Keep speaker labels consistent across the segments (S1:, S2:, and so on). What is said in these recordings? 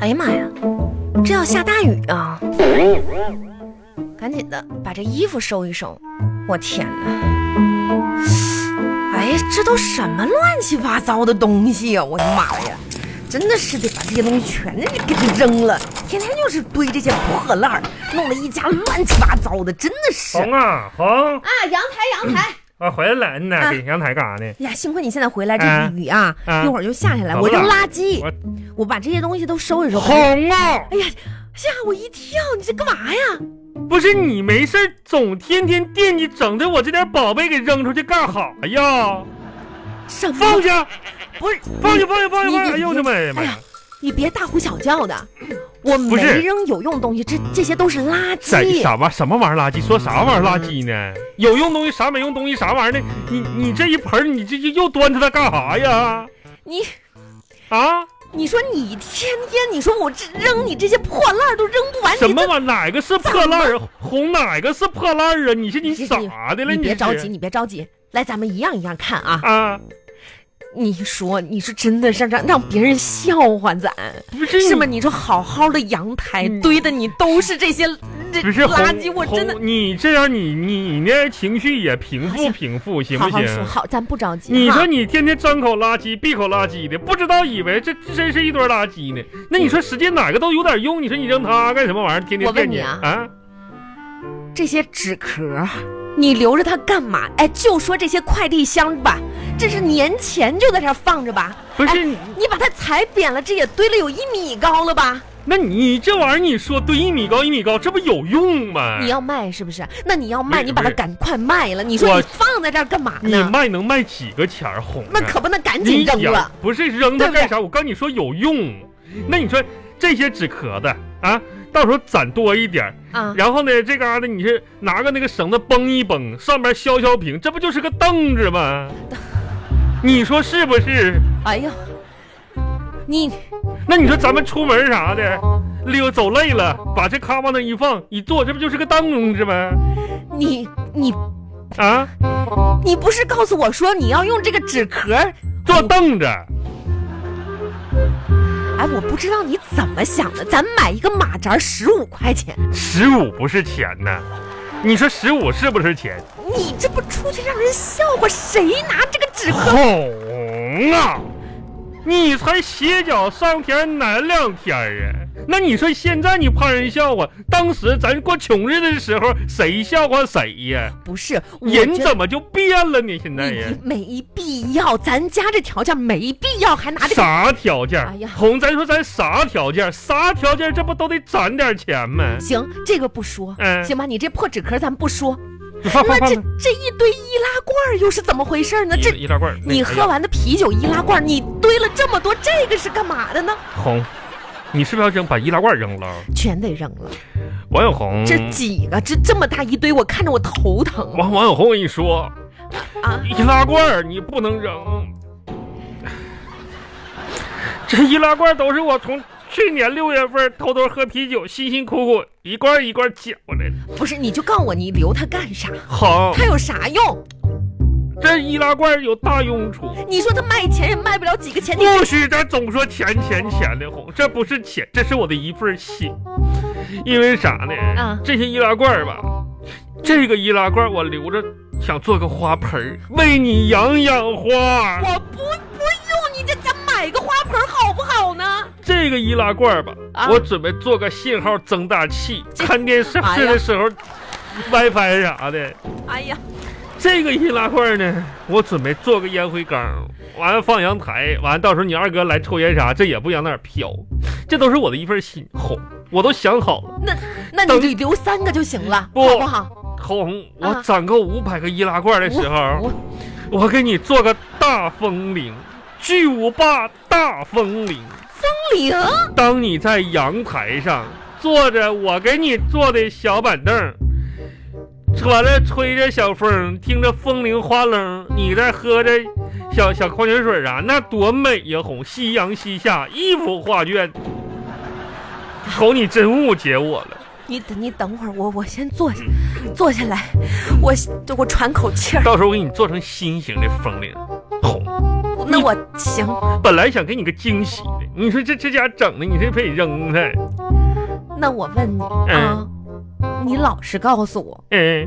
S1: 哎要下大雨啊！赶紧的把这衣服收一收。我天哪！哎呀，这都什么乱七八糟的东西呀、我的妈呀，真的是得把这些东西全给它扔了。天天就是堆这些破烂儿，弄了一家乱七八糟的，真的是。
S2: 红啊红
S1: 啊，阳台阳台。
S2: 啊，回来了，你
S1: 啊
S2: 俩给阳台干啥呢？
S1: 呀，幸亏你现在回来，
S2: 啊
S1: 这雨啊，
S2: 啊
S1: 一会儿就下下来。
S2: 怎么
S1: 我扔
S2: 了
S1: 垃圾，我
S2: 我
S1: 把这些东西都收拾收拾。
S2: 红啊，
S1: 哎呀，吓我一跳！你这干嘛呀？
S2: 不是你没事儿总天天惦记，整的我这点宝贝给扔出去干啥呀？
S1: 什么？
S2: 放下，
S1: 不是，
S2: 放下，放下，放
S1: 你
S2: 下，放下！
S1: 你
S2: 哎呦我的妈呀妈
S1: 哎
S2: 呀
S1: 呀！，你别大呼小叫的，我
S2: 不
S1: 没
S2: 是
S1: 扔有用东西，这这些都是垃
S2: 在
S1: 圾。
S2: 啥玩什么玩意儿垃圾？说啥玩意儿垃圾呢？有用东西啥没用东西啥玩意儿呢？你你这一盆儿你这又端着它干啥呀？
S1: 你哎
S2: 啊？
S1: 你说你天天你说我这扔你这些破烂儿都扔不完，
S2: 什
S1: 你
S2: 么
S1: 这
S2: 玩意儿？哪个是破烂儿？啊红哪个是破烂儿啊？你是你
S1: 你
S2: 咋的了？
S1: 你别
S2: 是
S1: 着急，你别着急，来咱们一样一样看啊。
S2: 啊！
S1: 你说你是真的让让让别人笑话咱
S2: 不是
S1: 是吗？你说好好的阳台
S2: 嗯
S1: 堆的你都是这些这
S2: 不是
S1: 垃
S2: 红
S1: 圾，我真的
S2: 红你这样你你你那情绪也平
S1: 哎
S2: 复
S1: 呀
S2: 平复行
S1: 好
S2: 不
S1: 好
S2: 行？
S1: 说好，咱不着急。
S2: 你
S1: 哈
S2: 说你天天张口垃圾闭口垃圾的，不知道以为这这真是一堆垃圾呢。那你说时间哪个都有点用，你说你扔它干什么玩意儿？天天
S1: 我问
S2: 惦记
S1: 你啊
S2: 啊！
S1: 这些纸壳，啊你留着它干嘛？哎，就说这些快递箱吧，这是年前就在这儿放着吧？
S2: 不
S1: 哎
S2: 是你，
S1: 你把它踩扁了，这也堆了有一米高了吧？
S2: 那你这玩意儿你说堆一米高一米高，这不有用吗？
S1: 你要卖是不是？那你要卖，
S2: 哎不是
S1: 你把它
S2: 不是
S1: 赶快卖了。你说
S2: 我
S1: 你放在这儿干嘛
S2: 你
S1: 呢？
S2: 卖能卖几个钱儿红啊？
S1: 那可不能赶
S2: 你
S1: 紧扔
S2: 养
S1: 了。
S2: 不是扔
S1: 对
S2: 它
S1: 不对
S2: 干啥？我跟你说有用。那你说这些纸壳子啊，到时候攒多一点儿，
S1: 啊！
S2: 然后呢，这嘎达你是拿个那个绳子绷一绷，上面削削平，这不就是个凳子吗？你说是不是？
S1: 哎呀，你
S2: 那你说咱们出门啥的，溜走累了，把这咔往那一放，一坐，这不就是个凳子吗？
S1: 你你
S2: 啊，
S1: 你不是告诉我说你要用这个纸壳儿？
S2: 坐凳子。
S1: 哎，我不知道你怎么想的。咱买一个马扎十五块钱，
S2: 十五不是钱呢，你说十五是不是钱？
S1: 你这不出去让人笑话？谁拿这个纸盒？
S2: 红啊！你才歇脚上天难两天儿啊！那你说现在你怕人笑话，当时咱过穷日子的时候，谁笑话谁呀？
S1: 不是，我
S2: 人
S1: 觉得
S2: 怎么就变了呢？现在呀
S1: 你，没必要，咱家这条件没必要，还拿这个。
S2: 啥条件
S1: 哎呀？
S2: 红，咱说咱啥条件？啥条件？这不都得攒点钱吗？
S1: 行，这个不说，
S2: 嗯
S1: 行吧？你这破纸壳咱不说，
S2: 放
S1: 那
S2: 放
S1: 这
S2: 放，
S1: 这一堆易拉罐儿又是怎么回事呢？这
S2: 一一大罐儿。哎
S1: 你哎
S2: 那个
S1: 喝完的啤酒易拉罐儿，你堆了这么多，这个是干嘛的呢？
S2: 红，你是不是要扔把易拉罐扔了？
S1: 全得扔了，
S2: 王小红，
S1: 这几个这这么大一堆，我看着我头疼
S2: 王王小红，我跟你说，
S1: 啊！
S2: 易拉罐儿你不能扔，这易拉罐儿都是我从去年六月份偷偷喝啤酒，辛辛苦苦一罐儿一罐儿捡回来的。
S1: 不是，你就告诉我你留它干啥？
S2: 好，
S1: 它有啥用？
S2: 这易拉罐儿有大用处，
S1: 你说它卖钱也卖不了几个钱，你
S2: 不许咱总说钱钱钱的红，这不是钱，这是我的一份心。因为啥呢？
S1: 啊
S2: 这些易拉罐儿吧，这个易拉罐儿我留着想做个花盆儿，为你养养花。
S1: 我不不用你这，咱买个花盆儿好不好呢？
S2: 这个易拉罐吧，
S1: 啊
S2: 我准备做个信号增大器，
S1: 这
S2: 看电视
S1: 哎呀
S2: 的时候、WiFi 啥的。
S1: 哎呀，
S2: 这个易拉罐呢，我准备做个烟灰缸，完了放阳台，完了到时候你二哥来抽烟啥，这也不往哪儿飘。这都是我的一份心，哄，我都想好了。
S1: 那那
S2: 等
S1: 你留三个就行了，
S2: 不
S1: 好不好？
S2: 哄，
S1: 啊
S2: 我攒够五百个易拉罐的时候，
S1: 我
S2: 我给你做个大风铃，巨无霸大风铃。
S1: 风铃，
S2: 当你在阳台上坐着我给你做的小板凳儿，完了吹着小风，听着风铃哗楞，你在喝着小小矿泉水啊，那多美呀！哄，夕阳西下，一幅画卷。哄，你真误解我了。
S1: 你等你等会儿，我我先坐下，
S2: 嗯
S1: 坐下来，我我喘口气儿。
S2: 到时候我给你做成心形的风铃，哄。
S1: 那我行，
S2: 本来想给你个惊喜的，你说这这家整的，你这非得扔它。
S1: 那我问你啊，你老实告诉我，
S2: 嗯，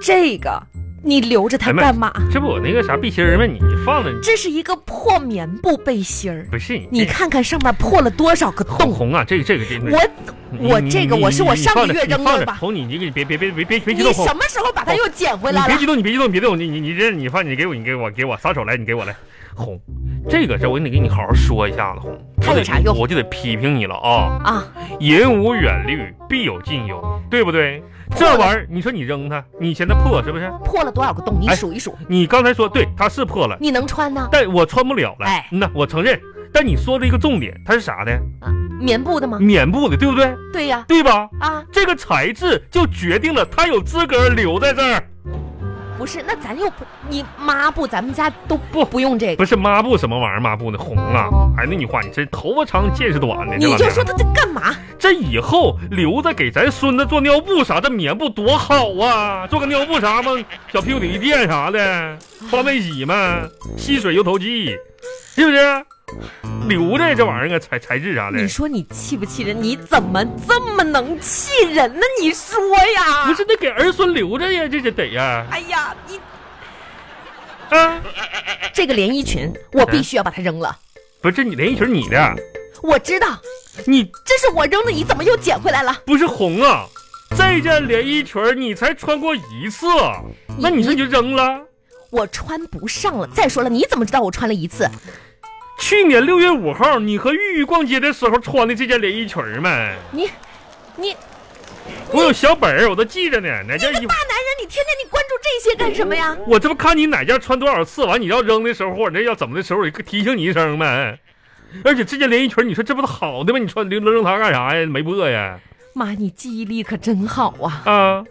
S1: 这个你留着它
S2: 哎妈
S1: 干嘛？
S2: 这不我那个啥背心儿吗？你放了，
S1: 这是一个破棉布背心儿，
S2: 不是
S1: 你看看上面破了多少个
S2: 红
S1: 洞。
S2: 红啊，这个这个这个，
S1: 我我这个我是我上个月扔
S2: 的
S1: 的吧？
S2: 红你你别别别别别别激
S1: 你
S2: 动，红
S1: 什么时候把它又捡回
S2: 你
S1: 来
S2: 别
S1: 了？
S2: 激动，你别激动，别激动，你你你这你放你给我你给我给我撒手来，你给我来，红，这个事儿我得给你好好说一下子，红，
S1: 它有啥用
S2: 我就得批评你了啊！
S1: 啊，
S2: 人无远虑，必有近忧，对不对？这玩意儿，你说你扔它，你嫌它破是不是？
S1: 破了多少个洞？你
S2: 哎
S1: 数一数，
S2: 你刚才说对，它是破了，
S1: 你能穿呢？
S2: 但我穿不了了。
S1: 哎
S2: 嗯呐，我承认。但你说的一个重点，它是啥呢？
S1: 啊棉布的吗？
S2: 棉布的，对不对？
S1: 对呀，
S2: 对吧？
S1: 啊，
S2: 这个材质就决定了它有资格留在这儿，
S1: 不是，那咱又不，你抹布，咱们家都
S2: 不
S1: 不不用这个，
S2: 不是抹布什么玩意儿，抹布的红啊！哎，那你话你这头发长见识短呢，这
S1: 你
S2: 老
S1: 就
S2: 娘
S1: 说他这干嘛？
S2: 这以后留着给咱孙子做尿布啥的，棉布多好啊！做个尿布啥嘛，小屁股底一垫啥的，方便洗嘛，吸水油头剂，是不是？留着这玩意儿啊，材材质啥的
S1: 你，说你气不气人？你怎么这么能气人呢？你说呀？
S2: 不是，那给儿孙留着呀，这这得呀
S1: 哎呀，你
S2: 啊！
S1: 这个连衣裙，我
S2: 嗯
S1: 必须要把它扔了。
S2: 不是这你连衣裙你的，
S1: 我知道，
S2: 你
S1: 这是我扔的，你怎么又捡回来了？
S2: 不是红啊？这件连衣裙你才穿过一次，那你说你就扔了？
S1: 我穿不上了。再说了，你怎么知道我穿了一次？
S2: 哎去年六月五号，你和玉玉逛街的时候穿的这件连衣裙儿嘛，
S1: 你，你
S2: 我有小本儿，我都记着呢。哪件
S1: 这
S2: 衣
S1: 个
S2: 服
S1: 大？男人，你天天你关注这些干什么呀？
S2: 我这不看你哪件穿多少次，完你要扔的时候或者要怎么的时候，我就提醒你一声呗。而且这件连衣裙儿，你说这不都好的吗？你穿扔扔它干啥呀？没破呀？
S1: 妈，你记忆力可真好啊！
S2: 啊，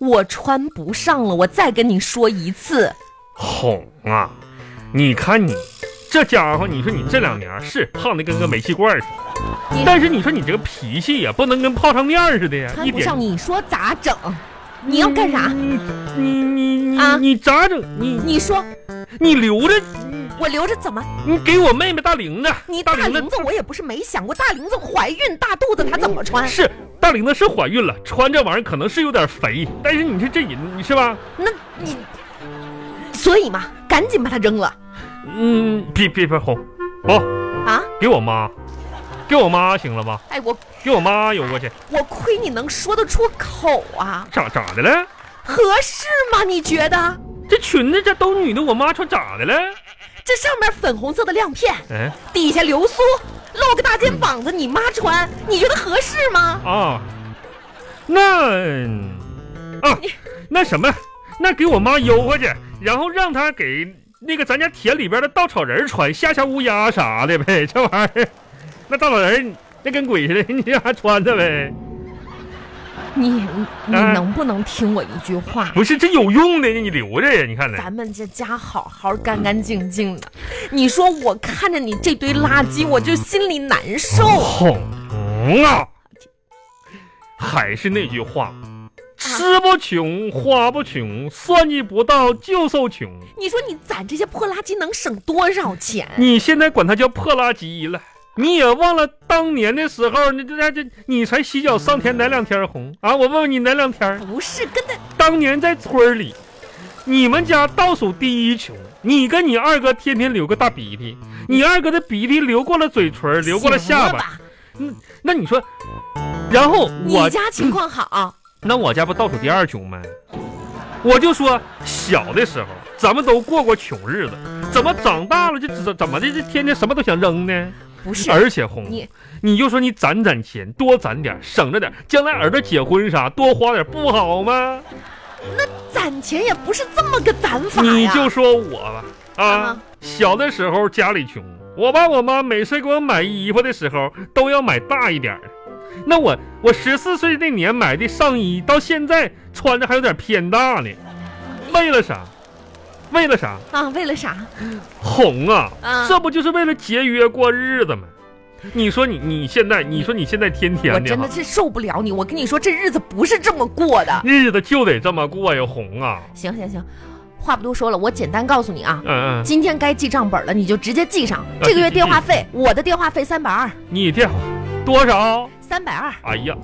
S1: 我穿不上了，我再跟你说一次，
S2: 哄啊！你看你这家伙，你说你这两年是胖的跟个煤气罐儿似的
S1: 你，
S2: 但是你说你这个脾气呀、不能跟泡汤面儿似的呀，
S1: 穿
S2: 一
S1: 不
S2: 点嗯
S1: 上，你说咋整？你要干啥？
S2: 你你你你、
S1: 啊
S2: 你咋整？你
S1: 你说
S2: 你留着，
S1: 我留着怎么？
S2: 你给我妹妹大玲子。
S1: 你大
S2: 玲
S1: 玲子我也不是没想过，大玲子怀孕大肚子她怎么穿？
S2: 是大玲子是怀孕了，穿这玩意儿可能是有点肥，但是你说这人你是吧？
S1: 那你，所以嘛，赶紧把它扔了
S2: 嗯，别别别哄，好，
S1: 啊！
S2: 给我妈，给我妈行了吧？
S1: 哎，我
S2: 给我妈邮过去，
S1: 我亏你能说得出口啊，
S2: 咋咋的了？
S1: 合适吗？你觉得
S2: 这裙子这都女的，我妈穿咋的了？
S1: 这上面粉红色的亮片，
S2: 嗯、
S1: 底下流苏，露个大肩膀子，你妈穿，你觉得合适吗？
S2: 啊，那啊，那什么，那给我妈邮过去，然后让她给那个咱家田里边的稻草人儿穿，吓吓乌鸦啥的呗，这玩意儿，那稻草人儿那跟鬼似的，你让她穿着呗。
S1: 你你你
S2: 哎
S1: 能不能听我一句话？
S2: 不是，这有用的，你留着呀，你看呢？
S1: 咱们这家好好干干净净的，你说我看着你这堆垃圾，我就心里难受。
S2: 哦哄啊！还是那句话，吃不穷，花不穷，算计不到就受穷。
S1: 你说你攒这些破垃圾能省多少钱？
S2: 你现在管它叫破垃圾了。你也忘了当年的时候，那这这你才洗脚上天哪两天红啊？我问问你哪两天？
S1: 不是跟他
S2: 当年在村儿里，你们家倒数第一穷，你跟你二哥天天流个大鼻涕，你二哥的鼻涕流过了嘴唇，流过了下
S1: 行
S2: 巴，
S1: 吧？
S2: 那你说，然后
S1: 你
S2: 我
S1: 家情况 好，啊
S2: 那我家不倒数第二穷吗？我就说小的时候咱们都过过穷日子，怎么长大了就怎怎么的这天天什么都想扔呢？
S1: 不是
S2: 而且红，
S1: 你
S2: 你就说你攒攒钱，多攒点，省着点，将来儿子结婚啥多花点不好吗？
S1: 攒钱也不是这么个攒法呀。
S2: 你就说我吧，啊，
S1: 啊
S2: 小的时候家里穷，我爸我妈每次给我买衣服的时候都要买大一点儿的。那我我十四岁那年买的上衣，到现在穿着还有点偏大呢。为了啥？为了啥？
S1: 啊，为了啥？
S2: 哄啊！
S1: 啊
S2: 这不就是为了节约过日子吗？你说你你现在，你说你现在天天
S1: 我
S2: 的
S1: 真的
S2: 哈
S1: 是受不了你。我跟你说，这日子不是这么过的。
S2: 日子就得这么过呀，红啊！
S1: 行行行，话不多说了，我简单告诉你啊。
S2: 嗯嗯，
S1: 今天该记账本了，你就直接记上。这个月
S2: 啊记记记
S1: 电话费，我的电话费三百二，
S2: 你电话多少？
S1: 三百二。
S2: 哎呀，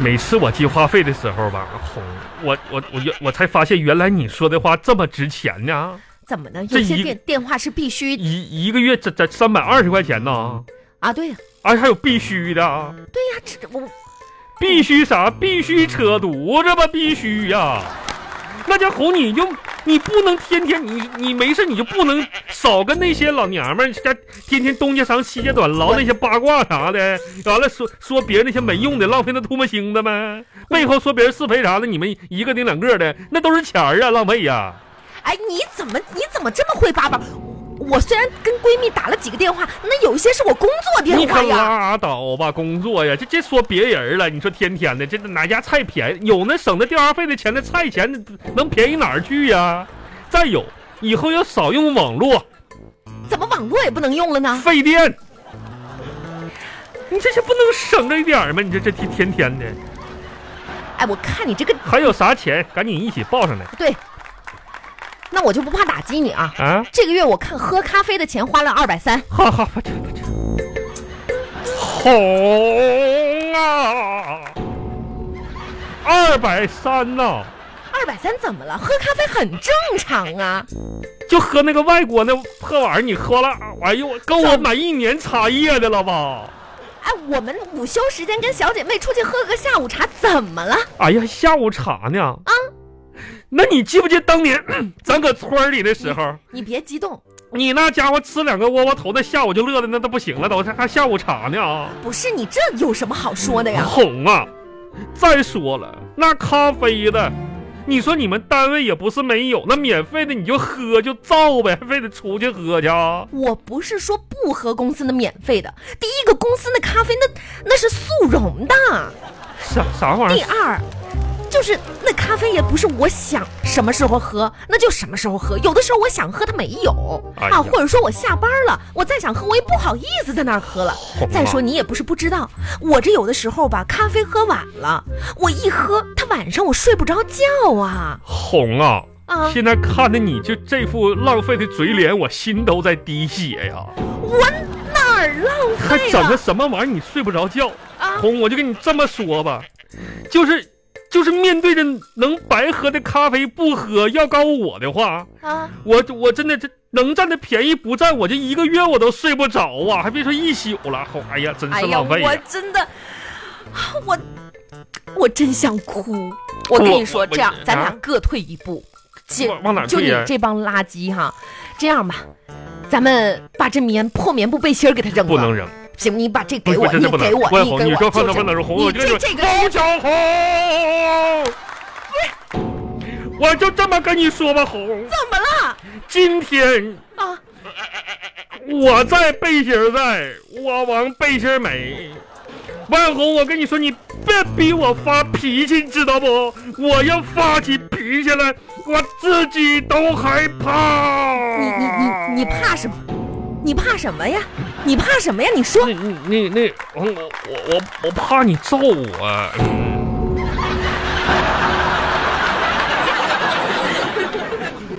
S2: 每次我寄话费的时候吧，红，我我我原我才发现原来你说的话这么值钱呢，
S1: 怎么呢？
S2: 这
S1: 有些
S2: 一
S1: 电电话是必须的
S2: 一一个月这这三百二十块钱呢，
S1: 啊，对呀、
S2: 而且还有必须的，啊，
S1: 对呀、这我
S2: 必须啥？必须扯犊子吧，必须呀、那家伙你就你不能天天你你没事你就不能少跟那些老娘们儿家天天东家长西家短唠那些八卦啥的，完了说说别人那些没用的浪费那唾沫星子呗，背后说别人是非啥的，你们一个顶两个的，那都是钱儿啊，浪费呀、
S1: 哎，你怎么你怎么这么会叭叭？我虽然跟闺蜜打了几个电话，那有一些是我工作电
S2: 你
S1: 话
S2: 可
S1: 呀。
S2: 拉倒吧，工作呀，这这说别人了，你说天天的，这哪家菜便宜？有那省那电话费的钱，那菜钱能便宜哪儿去呀？再有，以后要少用网络，
S1: 怎么网络也不能用了呢？
S2: 费电。你这些不能省着一点儿吗？你这这天天天的，
S1: 哎，我看你这个
S2: 还有啥钱？赶紧一起报上来
S1: 对，那我就不怕打击你啊。
S2: 啊！
S1: 这个月我看喝咖啡的钱花了二百三，
S2: 哈哈，我这我这红啊，二百三呐、
S1: 二百三怎么了？喝咖啡很正常啊。
S2: 就喝那个外国那破玩意儿，你喝了，哎呦，够我买一年茶叶的了吧？
S1: 哎，我们午休时间跟小姐妹出去喝个下午茶，怎么了？
S2: 哎呀，下午茶呢？啊，那你记不记得当年 咱搁村儿里的时候，
S1: 你别激动，
S2: 你那家伙吃两个窝窝头，那下午就乐的那都不行了，都还下午茶呢啊？
S1: 不是你这有什么好说的呀？
S2: 红啊！再说了，那咖啡的，你说你们单位也不是没有，那免费的你就喝就造呗，还非得出去喝去啊？
S1: 我不是说不喝公司的免费的，第一个公司的咖啡那那是速溶的，
S2: 啥啥玩意
S1: 第
S2: 儿？
S1: 二就是那咖啡也不是我想什么时候喝那就什么时候喝，有的时候我想喝它没有、
S2: 哎呀
S1: 啊，或者说我下班了我再想喝我也不好意思在那儿喝了。
S2: 红啊
S1: 再说你也不是不知道，我这有的时候吧，咖啡喝晚了，我一喝它晚上我睡不着觉啊
S2: 红啊！
S1: 啊！
S2: 现在看着你就这副浪费的嘴脸，我心都在滴血呀！
S1: 我哪儿浪
S2: 还
S1: 费
S2: 整个
S1: 了
S2: 什么玩意儿？你睡不着觉，
S1: 啊？
S2: 红，我就跟你这么说吧，就是就是面对着能白喝的咖啡不喝，要告我的话，
S1: 啊
S2: 我我真的这能占的便宜不占，我这一个月我都睡不着啊，还别说一宿了，红，哎呀，真
S1: 哎
S2: 是
S1: 呀，
S2: 浪费呀
S1: 我真的，我我真想哭。我跟你说，
S2: 我
S1: 这样
S2: 我
S1: 咱俩
S2: 啊
S1: 各退一步，这
S2: 往往哪
S1: 就
S2: 退
S1: 你
S2: 呀
S1: 这帮垃圾哈，这样吧。咱们把这棉破棉布背心儿给它扔了，
S2: 不能扔，
S1: 行？你把这
S2: 不
S1: 给我，
S2: 不这
S1: 你
S2: 这不能
S1: 给我，
S2: 关
S1: 你
S2: 红，
S1: 给
S2: 你
S1: 我，
S2: 说放
S1: 就
S2: 哪
S1: 这
S2: 放哪红，
S1: 你
S2: 我就跟
S1: 这
S2: 你
S1: 这
S2: 说，
S1: 个
S2: 包小红。我就这么跟你说吧，红。
S1: 怎么了
S2: 今天
S1: 啊？
S2: 我在背心儿在，我王背心儿没。万红，我跟你说，你别逼我发脾气，知道不？我要发起脾气来，我自己都害怕。
S1: 你你你你怕什么？你怕什么呀？你怕什么呀？你说
S2: 那那那那，我我我我我怕你揍我。